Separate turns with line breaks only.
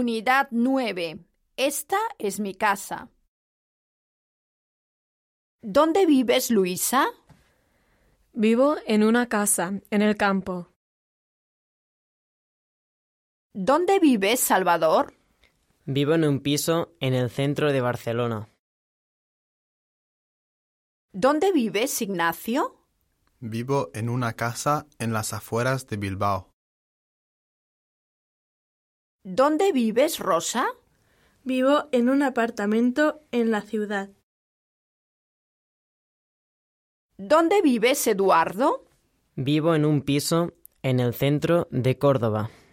Unidad 9. Esta es mi casa. ¿Dónde vives, Luisa?
Vivo en una casa, en el campo.
¿Dónde vives, Salvador?
Vivo en un piso en el centro de Barcelona.
¿Dónde vives, Ignacio?
Vivo en una casa en las afueras de Bilbao.
¿Dónde vives, Rosa?
Vivo en un apartamento en la ciudad.
¿Dónde vives, Eduardo?
Vivo en un piso en el centro de Córdoba.